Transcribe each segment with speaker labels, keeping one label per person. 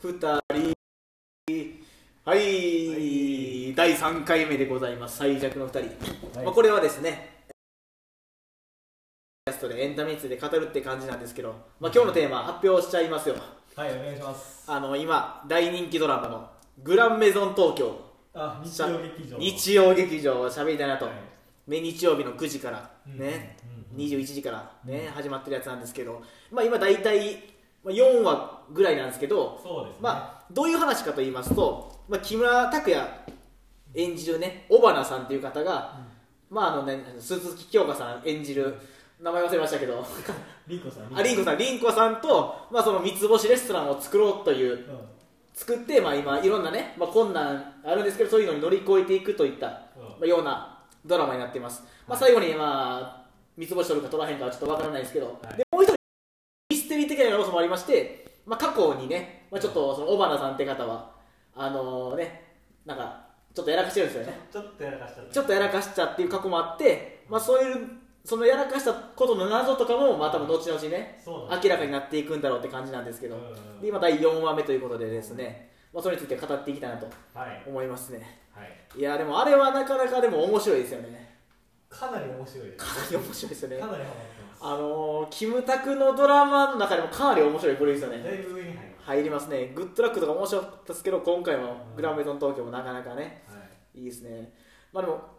Speaker 1: 二人はい、第3回目でございます最弱の二人、
Speaker 2: はい
Speaker 1: まあ、これはですねキャストでエンタメについて語るって感じなんですけど、まあ、今日のテーマ発表しちゃいますよ
Speaker 2: はい、お願いします。
Speaker 1: あの今大人気ドラマの「グランメゾン東京
Speaker 2: あ、」日曜劇場。
Speaker 1: 日曜劇場を喋りたいなと、
Speaker 2: はい
Speaker 1: ね日曜日の9時から
Speaker 2: うん
Speaker 1: ね、
Speaker 2: うん
Speaker 1: 21時からね、始まってるやつなんですけど、まあ、今大体まあ4話ぐらいなんですけど、
Speaker 2: そうですね。
Speaker 1: まあ、どういう話かと言いますと、まあ、木村拓哉演じるね尾花さんという方が、まああのね、鈴木京香さん演じる名前忘れましたけど
Speaker 2: リンコさん。
Speaker 1: ありんこさんりんこさんと、まあ、その三つ星レストランを作ろうという
Speaker 2: うん。
Speaker 1: 作って、まあ、今いろんなね、まあ、困難あるんですけどそういうのに乗り越えていくといった、まあ、ようなドラマになっています、まあ、
Speaker 2: はい
Speaker 1: 最後に、まあ、三つ星取るか取らへんかはちょっとわからないですけど、
Speaker 2: はい
Speaker 1: でもう一人ミステリー的な要素もありまして、まあ、過去にね、まあ、ちょっとその尾花さんって方はあのねなんかちょっとやらかしてるんですよね
Speaker 2: ちょっとやらかしちゃった。
Speaker 1: ちょっとやらかしちゃっていう過去もあって、まあ、そういうそのやらかしたことの謎とかも、まあ、多分後々ね
Speaker 2: そうなんです
Speaker 1: 明らかになっていくんだろうって感じなんですけど、
Speaker 2: うんうん
Speaker 1: で今第4話目ということでですね、まあ、それについて語っていきたいなと
Speaker 2: はい。
Speaker 1: 思いますね
Speaker 2: はい。
Speaker 1: いやでもあれはなかなかでも面白いですよね
Speaker 2: かなり面白いです。
Speaker 1: かなり面白いですよね
Speaker 2: かなりハマってます。
Speaker 1: あのー、キムタクのドラマの中でもかなり面白い部類ですよ
Speaker 2: だ
Speaker 1: ね
Speaker 2: いぶ上に入りま
Speaker 1: 入りますねグッドラックとか面白かったですけど今回もグランメゾン東京もなかなかね
Speaker 2: す。はい。
Speaker 1: いいですねまあでも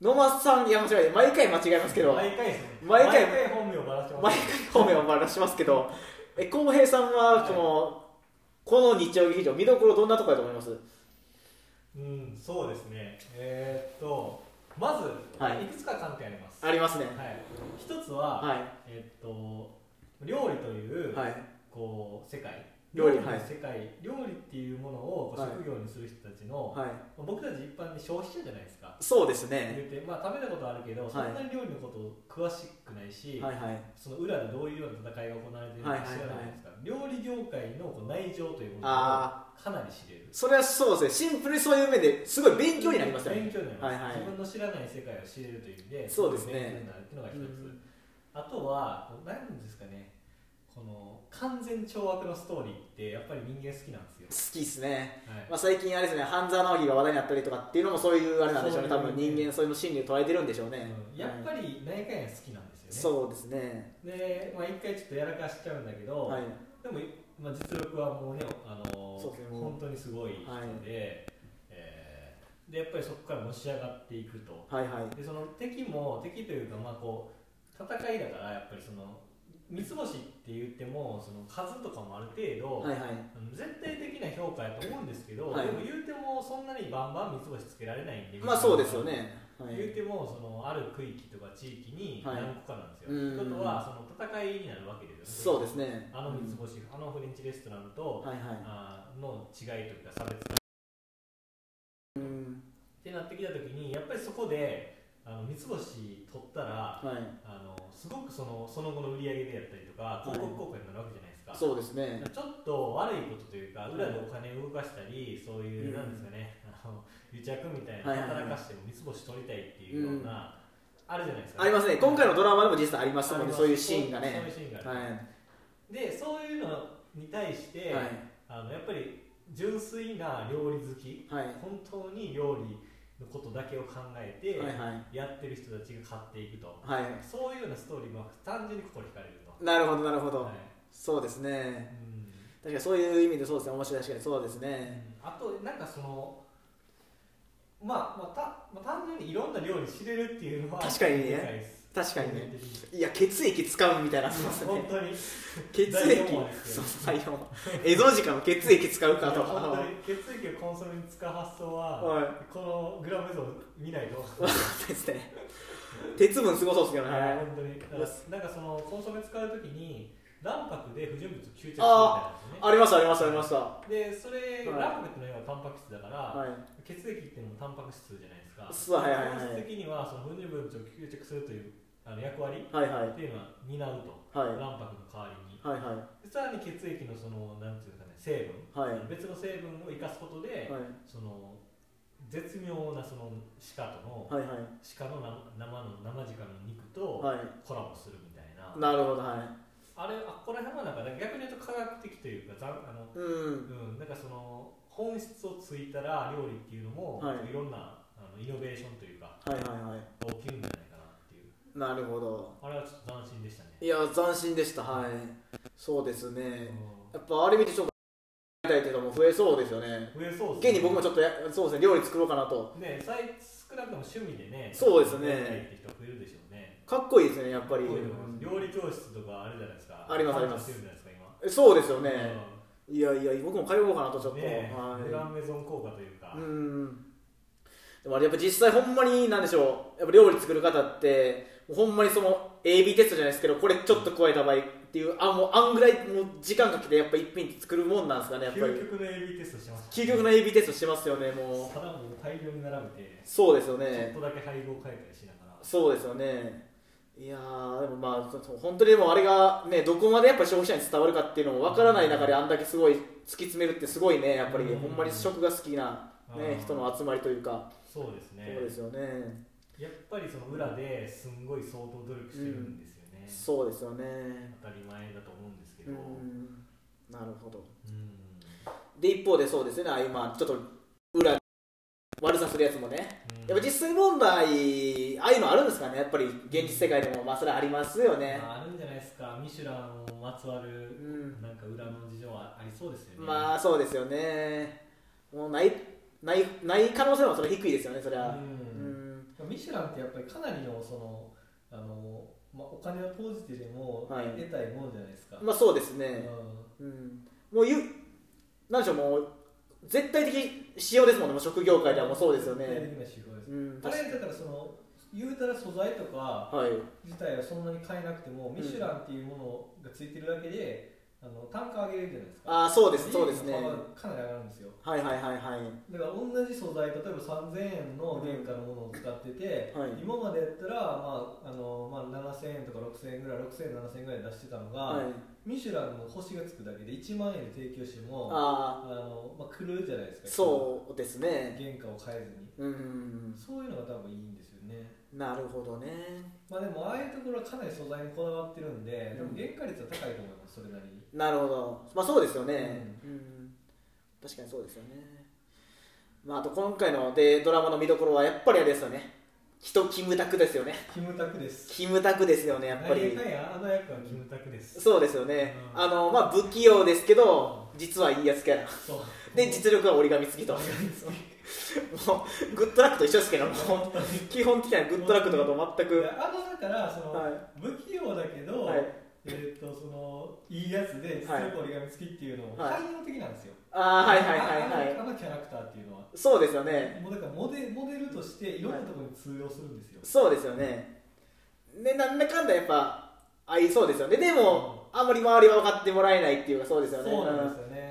Speaker 1: 野松さんいや間違いない毎回間違いますけど
Speaker 2: 毎回ですね。
Speaker 1: 毎回
Speaker 2: 本名をばらしてま
Speaker 1: 毎
Speaker 2: す。
Speaker 1: 回方面をバラしますけどえ浩平さんはこの、この日曜劇場見どころどんなところだと思います
Speaker 2: うん、そうですね。えーっと、まず、
Speaker 1: はい
Speaker 2: いくつか観点あります。
Speaker 1: ありますね
Speaker 2: はい。一つは、
Speaker 1: はい
Speaker 2: えーっと、料理という、
Speaker 1: はい
Speaker 2: こう世界
Speaker 1: 料理
Speaker 2: の
Speaker 1: はい
Speaker 2: 世界料理っていうものをこう
Speaker 1: はい
Speaker 2: 職業にする人たちの、
Speaker 1: はい
Speaker 2: まあ僕たち一般に消費者じゃないですか
Speaker 1: そうです
Speaker 2: 言
Speaker 1: ね
Speaker 2: うて、まあ、食べたことあるけど、
Speaker 1: はい
Speaker 2: そんなに料理のこと詳しくないし、
Speaker 1: はいはい
Speaker 2: その裏でどういうような戦いが行われてるの
Speaker 1: はい
Speaker 2: か
Speaker 1: はいはい
Speaker 2: 知らないですか、料理業界のこう内情というものを
Speaker 1: あ
Speaker 2: かなり知れる
Speaker 1: それはそうですねシンプルにそういう面ですごい勉強になりますよ
Speaker 2: 勉
Speaker 1: ね
Speaker 2: 強に
Speaker 1: は
Speaker 2: なります、
Speaker 1: いはい
Speaker 2: 自分の知らない世界を知れるという意味で
Speaker 1: そうですね
Speaker 2: 勉強になるっていうのが一つ、
Speaker 1: うん
Speaker 2: あとはこう何ですかねこの完全懲悪のストーリーってやっぱり人間好きなんです
Speaker 1: 好、
Speaker 2: よ
Speaker 1: きですね、
Speaker 2: はい
Speaker 1: まあ、最近あれですね半沢直樹が話題になったりとかっていうのもそういうあれなんでしょうね
Speaker 2: そ
Speaker 1: 多
Speaker 2: ういう
Speaker 1: 分人間そういうの心理を捉えてるんでしょうね、
Speaker 2: やっぱ
Speaker 1: はい
Speaker 2: り何回か好きなんですよ
Speaker 1: そ
Speaker 2: ね。
Speaker 1: うですね
Speaker 2: で、まあ、一回ちょっとやらかしちゃうんだけど、
Speaker 1: はい
Speaker 2: でも、まあ、実力はもうね、あの
Speaker 1: そうですねもう
Speaker 2: 本当にすごい人で、えーで、やっぱりそこからのし上がっていくと。
Speaker 1: はいはい
Speaker 2: で、その敵も、敵というか、まあ、こう、戦いだから、やっぱりその、三つ星って言っても、その数とかもある程度、
Speaker 1: はいはい
Speaker 2: あの絶対的な評価やと思うんですけど、
Speaker 1: はい
Speaker 2: でも言うてもそんなにバンバン三つ星つけられないんで、
Speaker 1: まあそうですよね、はい、
Speaker 2: 言うてもそのある区域とか地域に
Speaker 1: はい
Speaker 2: 何個かなんで
Speaker 1: う
Speaker 2: すよ。
Speaker 1: んうんうん
Speaker 2: ということはその戦いになるわけです
Speaker 1: そう
Speaker 2: よね。
Speaker 1: ですね
Speaker 2: あの三つ星、あのフレンチレストラン
Speaker 1: は
Speaker 2: と、
Speaker 1: いはい
Speaker 2: あーの違いというか差別っ
Speaker 1: うん
Speaker 2: てなってきたときにやっぱりそこであの三つ星取った
Speaker 1: は
Speaker 2: ら
Speaker 1: い
Speaker 2: あのすごくそのその後の売り上げでやったりとか
Speaker 1: い
Speaker 2: 広告効果になるわけじゃないですか。
Speaker 1: そうですね
Speaker 2: ちょっと悪いことというか
Speaker 1: はい
Speaker 2: 裏でお金を動かしたりそういううんなんですかね、あの癒着みた
Speaker 1: は
Speaker 2: い
Speaker 1: い
Speaker 2: な
Speaker 1: はいはい
Speaker 2: 働かしても三つ星取りたいっていうような、あるじゃないですか、
Speaker 1: ありますね今回のドラマでも実際あり
Speaker 2: ありま
Speaker 1: ます
Speaker 2: す
Speaker 1: もんねそういうシーンが
Speaker 2: そういう
Speaker 1: ね
Speaker 2: シーンがある
Speaker 1: はい
Speaker 2: でそういうのに対して、
Speaker 1: は
Speaker 2: あのやっぱり純粋な料理好き
Speaker 1: いはい
Speaker 2: 本当に料理のことだけを考えて
Speaker 1: はいはい
Speaker 2: やってる人たちが買っていくと、
Speaker 1: はい
Speaker 2: そういうようなストーリーも単純に心惹かれると、
Speaker 1: なるほどなるほど、
Speaker 2: はい
Speaker 1: そうですね
Speaker 2: う
Speaker 1: 確か
Speaker 2: ん
Speaker 1: にそういう意味でそうですね面白い確かにそうですね
Speaker 2: あとなんかそのまあ、まあ、たまあ単純にいろんな料理知れるっていうのは
Speaker 1: 確かにね
Speaker 2: でいです
Speaker 1: 確かにね
Speaker 2: 個人的
Speaker 1: いや血液使うみたいなそうです
Speaker 2: 本
Speaker 1: ね
Speaker 2: 当に
Speaker 1: 血液
Speaker 2: 第四話です
Speaker 1: そう最
Speaker 2: よ
Speaker 1: 後エゾジカの血液使うかと
Speaker 2: 本当
Speaker 1: か
Speaker 2: に血液をコンソメに使う発想は、
Speaker 1: はい
Speaker 2: このグラムゾを見ないと、
Speaker 1: ですね鉄分すごそうですけどね、
Speaker 2: はい本当にだからなんかそのコンソメ使う時に卵白で不純物を吸着するみたいなん
Speaker 1: ありましたありましたありましたは
Speaker 2: ですよねでそれ、
Speaker 1: はい
Speaker 2: 卵白っていうのはタンパク質だから、
Speaker 1: い
Speaker 2: 血液っていうのもタンパク質じゃないですか
Speaker 1: そうはいはいはい
Speaker 2: タンパク質的にはその不純物を吸着するというあの役割
Speaker 1: はいはい
Speaker 2: っていうのは担うと、
Speaker 1: はい
Speaker 2: 卵白の代わりに
Speaker 1: はいはい
Speaker 2: でさらに血液のそのなんていうかね成分、
Speaker 1: はい
Speaker 2: 別の成分を生かすことで、
Speaker 1: はい
Speaker 2: その絶妙なその鹿との、
Speaker 1: はいはい
Speaker 2: 鹿の生の生鹿の肉と
Speaker 1: は
Speaker 2: コラボするみたいな、
Speaker 1: いなるほどはい
Speaker 2: あれあここら辺はなんかね逆に言うと科学的というかざんあの、
Speaker 1: うん
Speaker 2: うん、なんかその本質をついたら料理っていうのも、
Speaker 1: はい
Speaker 2: いろんなあのイノベーションというか
Speaker 1: はいはいは
Speaker 2: 起きるんじゃないかなっていう
Speaker 1: いなるほど
Speaker 2: あれはちょっと斬新でしたね
Speaker 1: いや斬新でしたはいそうですね
Speaker 2: う
Speaker 1: やっぱあれ見てちょっとみたいっていうのも増えそうですよね
Speaker 2: ん増えそうっす
Speaker 1: 現に僕もちょっとやそうですね料理作ろうかなと
Speaker 2: ね最少なくとも趣味でね
Speaker 1: そうですね
Speaker 2: やりたいって人増えるでしょうね
Speaker 1: かっこいいですねやっぱり
Speaker 2: こういうのも料理教室とかあるじゃないですか
Speaker 1: ありますあります
Speaker 2: してるじゃないですか今
Speaker 1: そうですよね、
Speaker 2: うん
Speaker 1: いやいや僕も通おうかなとちょっと、
Speaker 2: ねグラ
Speaker 1: は
Speaker 2: ンメゾン効果というか、
Speaker 1: い、うんでもあれやっぱ実際ほんまになんでしょうやっぱ料理作る方ってほんまにその AB テストじゃないですけどこれちょっと加えた場合っていうあもうあんぐらいもう時間かけてやっぱ一品って作るもんなんですかねやっぱり
Speaker 2: 究極の AB テストしてました
Speaker 1: 究極の AB テストしてますよねもう
Speaker 2: ただもう大量に並べて
Speaker 1: そうですよ
Speaker 2: ちょっ
Speaker 1: ね
Speaker 2: とだけ配合変えたりしながら
Speaker 1: そうですよねいやーでもまあそそ本当にでもあれがねどこまでやっぱ消費者に伝わるかっていうのも分からない中であんだけすごい突き詰めるってすごいねやっぱり
Speaker 2: うん
Speaker 1: ほんまに食が好きな、ね
Speaker 2: うん
Speaker 1: 人の集まりというか
Speaker 2: そうですね
Speaker 1: そうですよね。
Speaker 2: やっぱりその裏ですんごい相当努力してるんですよね、
Speaker 1: そうですよね。
Speaker 2: 当たり前だと思うんですけ
Speaker 1: う
Speaker 2: ど、うん
Speaker 1: ん。なるほど。で一方でそうですね。あ今ちょっと裏悪さするやつもね。やっぱ実際問題ああいうのあるんですかね。やっぱり現実世界でもまあそれありますよね。
Speaker 2: まあ、あるんじゃないですかミシュランをまつわ
Speaker 1: う
Speaker 2: る
Speaker 1: ん。
Speaker 2: なんか裏の事情はありそうですよね
Speaker 1: まあそうですよね。もうないないない可能性もそれ低いですよね。それ
Speaker 2: う
Speaker 1: は。うんん。
Speaker 2: ミシュランってやっぱりかなりのそのあの、まあ、お金を投じてでも
Speaker 1: はい
Speaker 2: 得たいもんじゃないですか、
Speaker 1: まあそうですね。
Speaker 2: うん
Speaker 1: うんもうゆなんでしょうもう絶対的仕様ですもんねもう職業界ではもうそうですよ
Speaker 2: 絶対
Speaker 1: ね
Speaker 2: 的な仕事です
Speaker 1: うん
Speaker 2: あれだからその言うたら素材とか
Speaker 1: はい
Speaker 2: 自体はそんなに変えなくても、ミシュランっていうものがついてるだけであの単価上げれるじゃないですか
Speaker 1: ああそうですそうですね
Speaker 2: 利益の
Speaker 1: は
Speaker 2: 幅がかなり上がるんですよ
Speaker 1: いはいはいはい
Speaker 2: だから同じ素材例えば3000円の原価のものを使ってて、
Speaker 1: うんはい
Speaker 2: 今までやったら、まああのまあ、7000円とか6000円ぐらい6000円7000円ぐらいで出してたのが、
Speaker 1: はい
Speaker 2: ミシュランの星がつくだけで1万円で提供しても
Speaker 1: あ
Speaker 2: の、まあ、狂うじゃないです
Speaker 1: あ
Speaker 2: か
Speaker 1: そうです
Speaker 2: 原
Speaker 1: ね
Speaker 2: 価を変えず
Speaker 1: う
Speaker 2: に
Speaker 1: ん
Speaker 2: そういうのが多分いいんですよね
Speaker 1: なるほどね
Speaker 2: まあでもああいうところはかなり素材にこだわってるんで、
Speaker 1: うん
Speaker 2: でも原価率は高いと思いますそれなりに
Speaker 1: なるほどまあそうですよねうん確かにそうですよねまああと今回のでドラマの見どころはやっぱりあれですよね人キムタクですよね
Speaker 2: キムタクです
Speaker 1: キムタクですよねやっぱり
Speaker 2: 何やかんやあの役はキムタクです
Speaker 1: そうですよね、
Speaker 2: うん
Speaker 1: あのまあ不器用ですけど実はいいやつキャラ
Speaker 2: そう
Speaker 1: で実力は折り紙付きともうグッドラックと一緒ですけども
Speaker 2: 本当に
Speaker 1: う基本的にはグッドラックとかと全
Speaker 2: い
Speaker 1: く
Speaker 2: やあのだからその、
Speaker 1: は
Speaker 2: 不器用だけど、
Speaker 1: はい
Speaker 2: えっとそのいいやつで強
Speaker 1: はい
Speaker 2: く折り紙付きっていうのも
Speaker 1: はい
Speaker 2: 汎用的なんですよ、
Speaker 1: ああはいはいはい
Speaker 2: あ
Speaker 1: は
Speaker 2: のあのキャラクターっていうのはい
Speaker 1: そうですよね
Speaker 2: もうだからモデモデルとしていろんなところに通用するんですよ、
Speaker 1: そうですよねでなんだかんだやっぱ合いそうですよねでも、あんまり周りは分かってもらえないっていうかそうですよね
Speaker 2: そうなんですよね、
Speaker 1: うん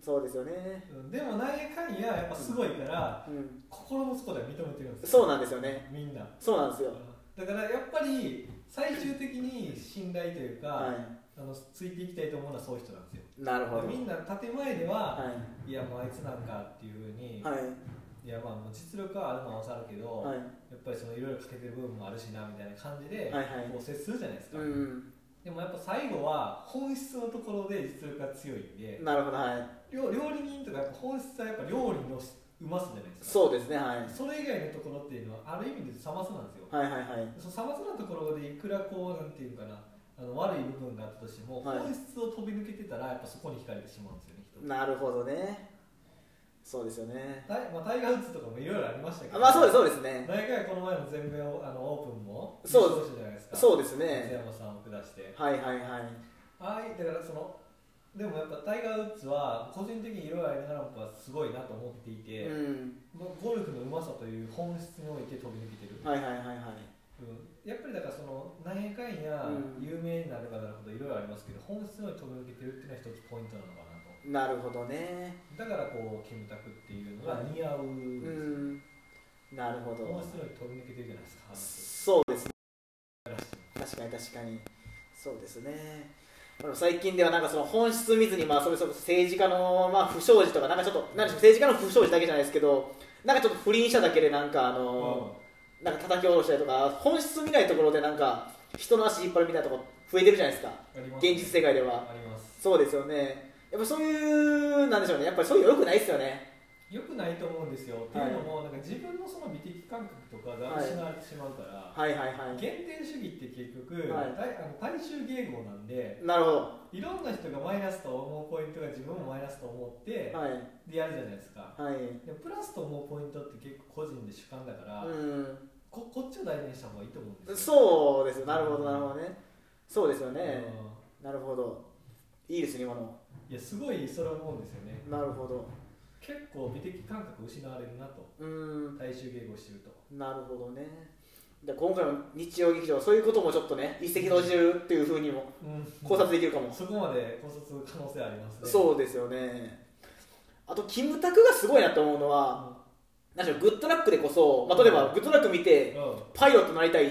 Speaker 1: そうですよね、
Speaker 2: うんでもなんやかんややっぱすごいから、
Speaker 1: うん、
Speaker 2: 心の底では認めてるんですよ
Speaker 1: そうなんですよね
Speaker 2: みんな
Speaker 1: そうなんですよ
Speaker 2: だからやっぱり最終的に信頼というか、
Speaker 1: は
Speaker 2: あのついていきたいと思うのはそういう人なんですよ
Speaker 1: いなるほど
Speaker 2: みんな建前では、
Speaker 1: はい
Speaker 2: いやもうあいつなんかっていうふうに、
Speaker 1: はい
Speaker 2: い、やまあもう実力はあるのはわかるけど、
Speaker 1: はい
Speaker 2: やっぱりそのいろいろ欠けてる部分もあるしなみたいな感じで、
Speaker 1: はいはい
Speaker 2: こう接するじゃないですか、
Speaker 1: うん
Speaker 2: でもやっぱ最後は本質のところで実力が強いんで
Speaker 1: なるほどはい
Speaker 2: 料料理人とかやっぱ本質はやっぱ料理のしうまさじゃないです
Speaker 1: そ
Speaker 2: か
Speaker 1: うですね、はい。
Speaker 2: それ以外のところっていうのはある意味でさまさなんですよ、
Speaker 1: はいはいはい。
Speaker 2: そのさまざまなところでいくらこうなんていうかなあの悪い部分があったとしても、
Speaker 1: はい
Speaker 2: 本質を飛び抜けてたらやっぱそこに惹かれてしまうんですよね人
Speaker 1: なるほどね。そうですよね。
Speaker 2: タイまあ、タイガー・ウッズとかもいろいろありましたけ
Speaker 1: あ
Speaker 2: ど
Speaker 1: まあそうです、そうですね。
Speaker 2: 大会この前の全米あのオープンも
Speaker 1: そう
Speaker 2: 優勝者じゃないですか
Speaker 1: そうです
Speaker 2: 松
Speaker 1: ね。
Speaker 2: 山さんを下して
Speaker 1: はいはいはい。
Speaker 2: はいだからそのでもやっぱタイガー・ウッズは個人的にいろいろありながらもやっぱすごいなと思っていて、
Speaker 1: うん。
Speaker 2: まあゴルフのうまさという本質において飛び抜けてる、
Speaker 1: はいはいはいはい。
Speaker 2: うん、やっぱりだからその何やかんや
Speaker 1: うん
Speaker 2: 有名になればなるほどいろいろありますけど、本質において飛び抜けてるっていうのは一つポイントなのかなと
Speaker 1: なるほどね。
Speaker 2: だからこうキムタクっていうのが似合う、
Speaker 1: うん。なるほ
Speaker 2: 本
Speaker 1: ど。
Speaker 2: 質において飛び抜けてるじゃないですか
Speaker 1: そ
Speaker 2: あの人
Speaker 1: うですね。確かに確かに。そうですね。でも最近ではなんかその本質見ずに、まあ、それこそ政治家の、まあ、不祥事とか、なんかちょっと、なんでしょう、政治家の不祥事だけじゃないですけど、なんかちょっと不倫しただけで、なんかあの
Speaker 2: うん
Speaker 1: なんか叩き下ろしたりとか本質見ないところでなんか人の足引っ張るみたいなとこ増えてるじゃないですか
Speaker 2: あります
Speaker 1: 現実世界では
Speaker 2: あります
Speaker 1: そうですよねやっぱそういうなんでしょうねやっぱりそういうの良くないですよね
Speaker 2: よくないと思うんですよ、っていうのもなんか自分のその美的感覚とかが
Speaker 1: はい
Speaker 2: 失われてしまうから、
Speaker 1: はいはいは
Speaker 2: 原点主義って結局、
Speaker 1: はい
Speaker 2: 大あの大衆迎合なんで
Speaker 1: いなるほど
Speaker 2: いろんな人がマイナスと思うポイントが自分もマイナスと思って、
Speaker 1: はい
Speaker 2: でやるじゃないですか
Speaker 1: はい
Speaker 2: でプラスと思うポイントって結構個人で主観だから、
Speaker 1: う
Speaker 2: ここっちを大事にした方がいいと思うんで
Speaker 1: ん
Speaker 2: すよ
Speaker 1: そうですなるほどなるほどねそうですよね
Speaker 2: う
Speaker 1: なるほどいいですね今の
Speaker 2: んいやすごいそれ思うんですよね
Speaker 1: なるほど
Speaker 2: 結構美的感覚失われるなと
Speaker 1: うん
Speaker 2: 大衆迎合してると
Speaker 1: なるほどねで今回の日曜劇場そういうこともちょっとね一石投じるっていうふうにも考察できるかも、
Speaker 2: そこまで考察可能性ありますね
Speaker 1: そうですよねあとキムタクがすごいなと思うのは何でしょうグッドラックでこそ、まあ、例えばグッドラック見
Speaker 2: うん
Speaker 1: て
Speaker 2: うん
Speaker 1: パイロットになりたいっ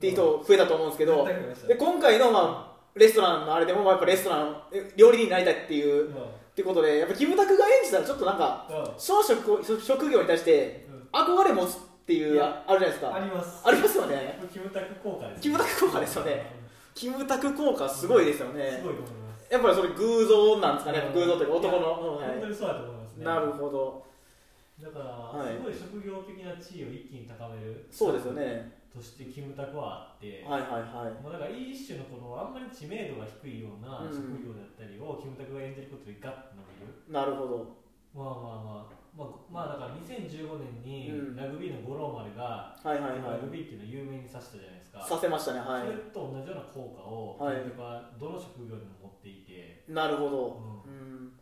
Speaker 1: ていう人増えたと思うんですけど、
Speaker 2: 絶対増えました
Speaker 1: で今回の、まあ、レストランのあれでも、まあ、やっぱレストランえ料理人になりたいっていううっ
Speaker 2: んうん
Speaker 1: てことでやっぱキムタクが演じたらちょっとなんか小職を職業に対して
Speaker 2: うん
Speaker 1: 憧れ持つってい
Speaker 2: いうや
Speaker 1: あるじゃないですか
Speaker 2: あります
Speaker 1: ありますよね
Speaker 2: キムタク効果ですね
Speaker 1: キムタク効果ですよねキムタク効果すごいですよ
Speaker 2: うん
Speaker 1: ね
Speaker 2: すごいと思います
Speaker 1: やっぱりそれ偶像なんですかね
Speaker 2: うん
Speaker 1: 偶像というか男の、
Speaker 2: い
Speaker 1: は
Speaker 2: や本当
Speaker 1: い
Speaker 2: にそうだと思いますね
Speaker 1: なるほど
Speaker 2: だから、
Speaker 1: はい
Speaker 2: すごい職業的な地位を一気に高める
Speaker 1: そうですよね
Speaker 2: としてキムタクはあって、
Speaker 1: はいはいはい
Speaker 2: もうだから一種のこのあんまり知名度が低いよう
Speaker 1: う
Speaker 2: な
Speaker 1: ん
Speaker 2: 職業だったりをキムタクが演じることでガッと伸びる、
Speaker 1: なるほど
Speaker 2: まあまあまあまあ、まあ、だから2015年
Speaker 1: うん
Speaker 2: にラグビーの五郎丸
Speaker 1: は
Speaker 2: が、
Speaker 1: いはいは
Speaker 2: ラグ
Speaker 1: い
Speaker 2: ビーっていうのを有名にさせたじゃないですか
Speaker 1: させましたねは
Speaker 2: そ
Speaker 1: い
Speaker 2: れと同じような効果を、
Speaker 1: はい
Speaker 2: キムタクはどの職業にも持っていて、
Speaker 1: なるほ
Speaker 2: う
Speaker 1: ど
Speaker 2: ん、
Speaker 1: うん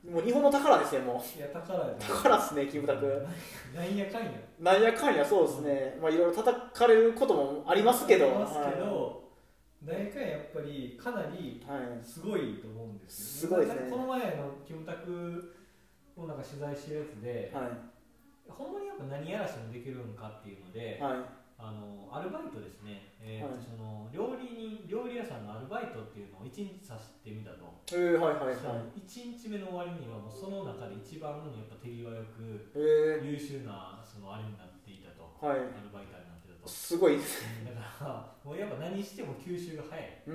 Speaker 1: もう日本の宝ですねも
Speaker 2: いや宝や
Speaker 1: う
Speaker 2: で
Speaker 1: 宝っすねキムタク
Speaker 2: なんやかんや
Speaker 1: なんやかんやそうですねまあいろいろ叩かれることもありますけど
Speaker 2: ありますけど、なんやかんややっぱりかなり
Speaker 1: はいはい
Speaker 2: すごいと思うんですよ、
Speaker 1: すごいですね
Speaker 2: なんかこの前のキムタクをなんか取材してるやつで、
Speaker 1: は
Speaker 2: ほんまにやっぱ何やらしもできるのかっていうので、
Speaker 1: いはい
Speaker 2: あのアルバイトですね、えー
Speaker 1: はい
Speaker 2: その料理人料理屋さんのアルバイトっていうのを1日させてみたと、
Speaker 1: えーはいはいはい
Speaker 2: 1日目の終わりにはもうその中で一番やっぱ手際よく
Speaker 1: えー
Speaker 2: 優秀なそのあれになっていたと
Speaker 1: はい
Speaker 2: アルバイターになってたと
Speaker 1: すごいです
Speaker 2: だからもうやっぱ何しても吸収が早い、
Speaker 1: うー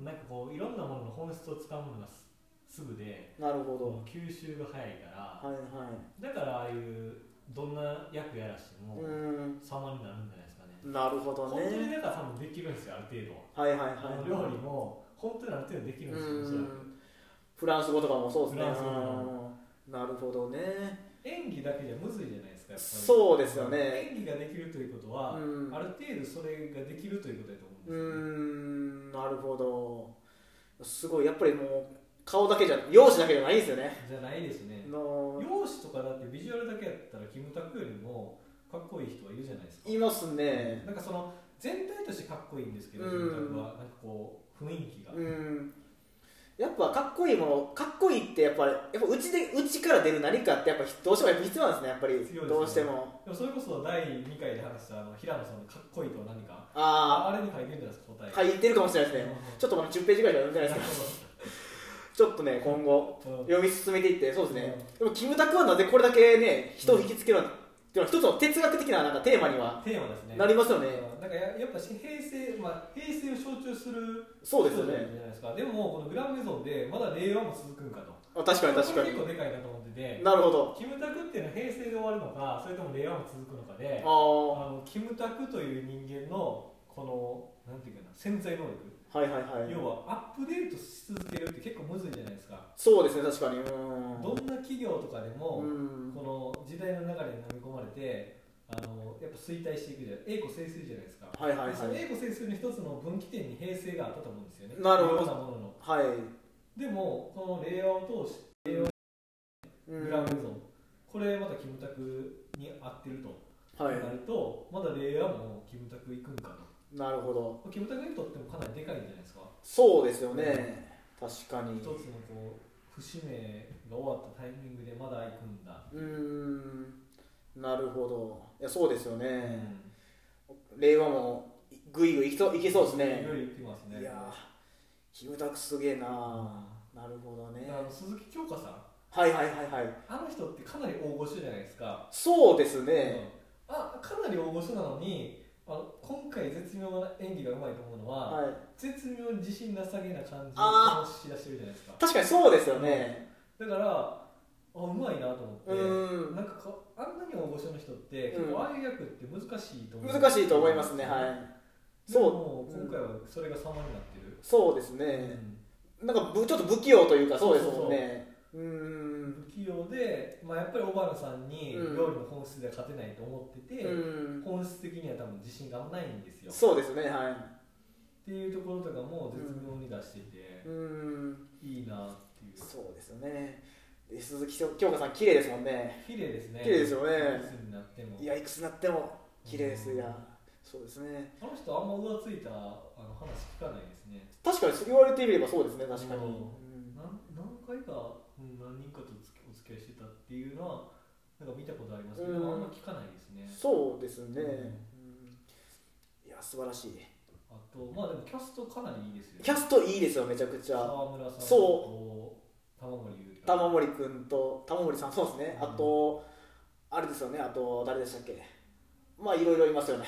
Speaker 1: ん
Speaker 2: なんかこういろんなものの本質をつかむのがすすぐで
Speaker 1: なるほど
Speaker 2: もう吸収が早いから、
Speaker 1: はいは
Speaker 2: だからああいうどんな役やらして
Speaker 1: い
Speaker 2: も
Speaker 1: う
Speaker 2: 様になるんじゃないですかね、
Speaker 1: ーんなるほど
Speaker 2: 本当に
Speaker 1: ね
Speaker 2: だから多分できるんですよある程度、
Speaker 1: はいはい
Speaker 2: あの
Speaker 1: はい
Speaker 2: 料理も本当にある程度できるんです
Speaker 1: う
Speaker 2: よおそらく
Speaker 1: んフランス語とかもそうですね
Speaker 2: フランス語とか
Speaker 1: うんなるほどね
Speaker 2: 演技だけじゃむずいじゃないですかやっぱり
Speaker 1: そうですよね
Speaker 2: 演技ができるということ
Speaker 1: う
Speaker 2: は、
Speaker 1: ん
Speaker 2: ある程度それができるということだと
Speaker 1: う
Speaker 2: 思うんで
Speaker 1: んなるほどすごいやっぱりもう顔だけじゃ容姿だけじゃないですよね
Speaker 2: すよ、じゃないですね
Speaker 1: の
Speaker 2: 容姿とかだってビジュアルだけやったらキムタクよりもかっこいい人はいるじゃないですか
Speaker 1: いますね
Speaker 2: なんかその全体としてかっこいいんですけど、
Speaker 1: うん
Speaker 2: キムタクはなんかこう雰囲気が、
Speaker 1: うんやっぱかっこいいものかっこいいってやっぱりやっぱうちでうちから出る何かってやっぱどうしてもやっぱ必要なんですねやっぱり
Speaker 2: 必要ですね
Speaker 1: どうしても
Speaker 2: でもそれこそ第2回で話したあの平野さんのかっこいいとは何か
Speaker 1: あ
Speaker 2: あれに書いてるんじゃないですか答え
Speaker 1: あ書いてるかもしれないですねちょっとまだ10ページぐらいしか読んでないですけどち ょっとね今後
Speaker 2: うん
Speaker 1: 読み進めていってそうですね、でもキムタクはなぜこれだけね人を引きつけるのかっていうのは一つの哲学的ななんかテーマには
Speaker 2: テーマですね
Speaker 1: なりますよね、
Speaker 2: うんなんかややっぱし平成、まあ、平成を象徴する
Speaker 1: そうですよ
Speaker 2: 人じ
Speaker 1: ね
Speaker 2: ゃないですかでもこのグランメゾンでまだ令和も続くんかと
Speaker 1: あ確かに確
Speaker 2: こ
Speaker 1: か
Speaker 2: れ
Speaker 1: に
Speaker 2: 結構でかいなと思ってて
Speaker 1: なるほど
Speaker 2: キムタクっていうのは平成で終わるのかそれとも令和も続くのかで
Speaker 1: あ
Speaker 2: あのキムタクという人間のこのなんていうかな潜在能力、
Speaker 1: あはいはいはい
Speaker 2: 要はアップデートし続けるって結構むずいじゃないですか、
Speaker 1: そうですね確かにうーん
Speaker 2: どんな企業とかでも、
Speaker 1: うん
Speaker 2: この時代の流れに飲み込まれてあのやっぱ衰退していくじゃない栄枯盛衰じゃないですか、
Speaker 1: はいはいはい
Speaker 2: でその栄枯盛衰の一つの分岐点に平成があったと思うんですよね
Speaker 1: なるほど
Speaker 2: いろんなものの
Speaker 1: はい、
Speaker 2: でもこの令和を通して
Speaker 1: う
Speaker 2: グ
Speaker 1: ん、
Speaker 2: ラン
Speaker 1: は
Speaker 2: メゾン、これまたキムタクに合ってると
Speaker 1: い
Speaker 2: なると、まだ令和もキムタク行くんかと
Speaker 1: なるほど
Speaker 2: キムタクにとってもかなりでかいんじゃないですか、
Speaker 1: そうですよね確かに
Speaker 2: 一つのこう節目が終わったタイミングでまだ行くんだ、
Speaker 1: うーんなるほどいやそうですよ
Speaker 2: う
Speaker 1: ね、
Speaker 2: ん
Speaker 1: 令和もぐいぐいいきそういきそうですね
Speaker 2: いろいろ言ってますね
Speaker 1: いやーキムタクすげえな
Speaker 2: あ
Speaker 1: なるほど
Speaker 2: ー
Speaker 1: ね
Speaker 2: あの鈴木京香さん
Speaker 1: はいはいはいはい
Speaker 2: あの人ってかなり大御所じゃないですか、
Speaker 1: そうです
Speaker 2: う
Speaker 1: ね、
Speaker 2: んあかなり大御所なのにあの今回絶妙な演技がうまいと思うのは、
Speaker 1: はい、
Speaker 2: 絶妙に自信なさげな感じ
Speaker 1: あ
Speaker 2: をし出してるじゃないですか
Speaker 1: 確かにそうですよね、
Speaker 2: だからあうまいなと思って、
Speaker 1: うん
Speaker 2: なんかこうあんなに大御所の人って、
Speaker 1: うん
Speaker 2: 結構ああいう役って難しいと思う
Speaker 1: 難しいと思いますね、はいい、
Speaker 2: で
Speaker 1: そう
Speaker 2: も今回はそれが様になってる、
Speaker 1: そうです
Speaker 2: う
Speaker 1: ね、
Speaker 2: ん
Speaker 1: なんかぶちょっと不器用というか、そうですもん
Speaker 2: そう
Speaker 1: ね、うーん、
Speaker 2: 不器用で、まあ、やっぱり小原さんに
Speaker 1: うん
Speaker 2: 料理の本質では勝てないと思ってて、
Speaker 1: うん、
Speaker 2: 本質的には多分自信がないんですよっ
Speaker 1: そうですね、はい。
Speaker 2: ていうところとかも絶妙に出してて
Speaker 1: う、ん
Speaker 2: いいなっていう
Speaker 1: そうですよねで鈴木京香さん綺麗ですもんね
Speaker 2: 綺麗ですね
Speaker 1: 綺麗ですよね
Speaker 2: いつになっても
Speaker 1: いやいくつになっても綺麗ですいやそうですね
Speaker 2: あの人あんま浮ついたあの話聞かないですね
Speaker 1: 確かにそう言われてみればそうですね確かに、
Speaker 2: う
Speaker 1: う
Speaker 2: ん
Speaker 1: ん
Speaker 2: なん何回か、うん、何人かとつきお付き合いしてたっていうのはなんか見たことありますけど、
Speaker 1: うん
Speaker 2: あんま聞かないですね
Speaker 1: そうですね、
Speaker 2: うん
Speaker 1: うんいや素晴らしい
Speaker 2: あとまあでもキャストかなりいいですよね
Speaker 1: キャストいいですよめちゃくちゃ
Speaker 2: 沢村さんと玉森裕太
Speaker 1: 玉森くんと玉森さんそうですねあと、あれですよねあと誰でしたっけまあいろいろいます よね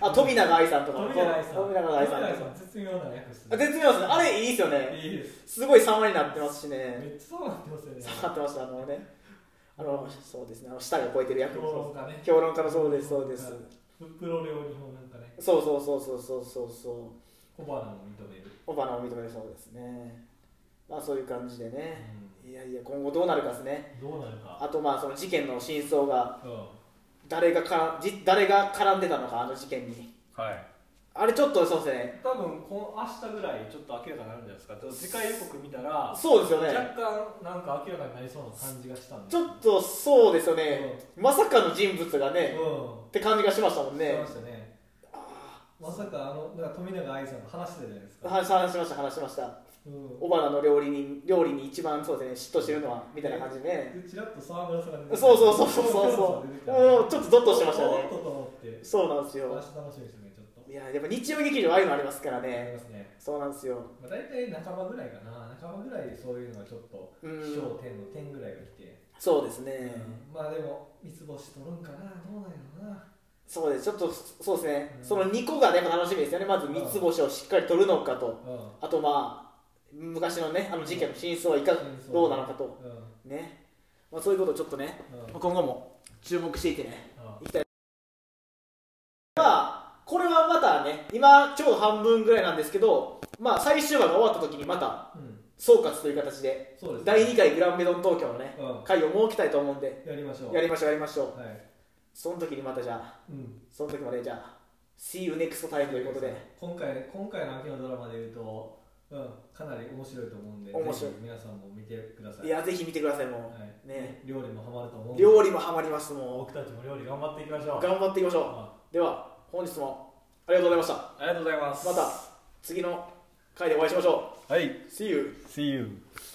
Speaker 1: あ富永愛さんとか
Speaker 2: 富永愛さん
Speaker 1: 富永愛さんと
Speaker 2: 富永
Speaker 1: か
Speaker 2: さん絶妙な役です
Speaker 1: あ
Speaker 2: ね
Speaker 1: 絶妙ですねあれいいですよね、
Speaker 2: いいです
Speaker 1: すごい様になってますし
Speaker 2: め
Speaker 1: ね、
Speaker 2: っちゃそうなってますよね
Speaker 1: 様になってました、あのね、あのそうですね、あの舌が超えてる役
Speaker 2: 評論家ね
Speaker 1: 評論家のそうです、そうです、
Speaker 2: プロ料理法なんかね
Speaker 1: そうそうそうそうそうそうそう、
Speaker 2: 小花も認める、
Speaker 1: オバナを認めるそうですね、まあそういう感じでね、
Speaker 2: う
Speaker 1: いやいや、今後どうなるかですね、
Speaker 2: ん、どうなるか
Speaker 1: あとまあその事件の真相が、
Speaker 2: うん
Speaker 1: 誰がからじ誰が絡んでたのか、あの事件に、
Speaker 2: はい
Speaker 1: あれちょっとそうですね、
Speaker 2: 多分この明日ぐらいちょっと明らかになるんじゃないですか次回予告見たら
Speaker 1: そうですよ
Speaker 2: 若
Speaker 1: ね、
Speaker 2: 干なんか明らかになりそうな感じがしたんで
Speaker 1: ちょっとそうですよね、まさかの人物がね、
Speaker 2: う
Speaker 1: って感じがしましたもん
Speaker 2: んして
Speaker 1: ね
Speaker 2: ま。したねまさかあのなんか富永愛さんの話してたじゃないですか、
Speaker 1: 話話しました話しました
Speaker 2: うん
Speaker 1: 小花の料理人料理に一番そうですね嫉妬してるのはみたいな感じでね
Speaker 2: でちらっと沢村さんが出て
Speaker 1: そう
Speaker 2: た
Speaker 1: そうそうそうそう
Speaker 2: 沢村さん
Speaker 1: そ
Speaker 2: が出てき
Speaker 1: う
Speaker 2: た
Speaker 1: もうちょっとゾッとしてました
Speaker 2: お
Speaker 1: ね
Speaker 2: ーっとと思って
Speaker 1: そうなんです
Speaker 2: 明
Speaker 1: よ
Speaker 2: 日楽しみですねちょっと
Speaker 1: いややっぱ日曜劇場ああいうのありますから
Speaker 2: あり
Speaker 1: ね
Speaker 2: ますね、
Speaker 1: そうなんですよ
Speaker 2: まあ、大体半ばぐらいかな半ばぐらいでそういうのがちょっと
Speaker 1: う
Speaker 2: 気象
Speaker 1: ん
Speaker 2: 点の点ぐらいが来て、
Speaker 1: そうですね
Speaker 2: うんまあでも三つ星取るんかなどうなんやろな
Speaker 1: そうですちょっとそうですね
Speaker 2: うん
Speaker 1: その2個がねやっぱ楽しみですよねまず三つ星をしっかり取るのかと
Speaker 2: うん
Speaker 1: あとまあ昔のねあの事件の真相はいかどうなのかと
Speaker 2: うんうん
Speaker 1: ねまあそういうことをちょっとね今後も注目していってね行きたいまあこれはまたね今ちょうど半分ぐらいなんですけどまあ最終話が終わった時にまた
Speaker 2: うん
Speaker 1: 総括という形で
Speaker 2: そうですね
Speaker 1: 第2回グランメゾン東京のね
Speaker 2: う
Speaker 1: 会を設けたいと思うんで
Speaker 2: んやりましょう
Speaker 1: やりましょうやりましょう
Speaker 2: はい
Speaker 1: その時にまたじゃあ
Speaker 2: うん
Speaker 1: その時までじゃあ See you next time ということで
Speaker 2: 今回今回の秋のドラマで言うとうんかなり面白いと思うんで
Speaker 1: 面白い
Speaker 2: ぜひ皆さんも見てください
Speaker 1: いやぜひ見てくださいも
Speaker 2: はい
Speaker 1: ね
Speaker 2: 料理もハマると思う
Speaker 1: うん
Speaker 2: で
Speaker 1: 料理もハマりますも
Speaker 2: 僕たちも料理頑張っていきましょ
Speaker 1: う
Speaker 2: う
Speaker 1: 頑張っていきましょ
Speaker 2: あ
Speaker 1: うでは本日もありがとうございまし
Speaker 2: りがとうございます
Speaker 1: たまた次の回でお会いしましょ
Speaker 2: は
Speaker 1: う
Speaker 2: い
Speaker 1: See you
Speaker 2: See you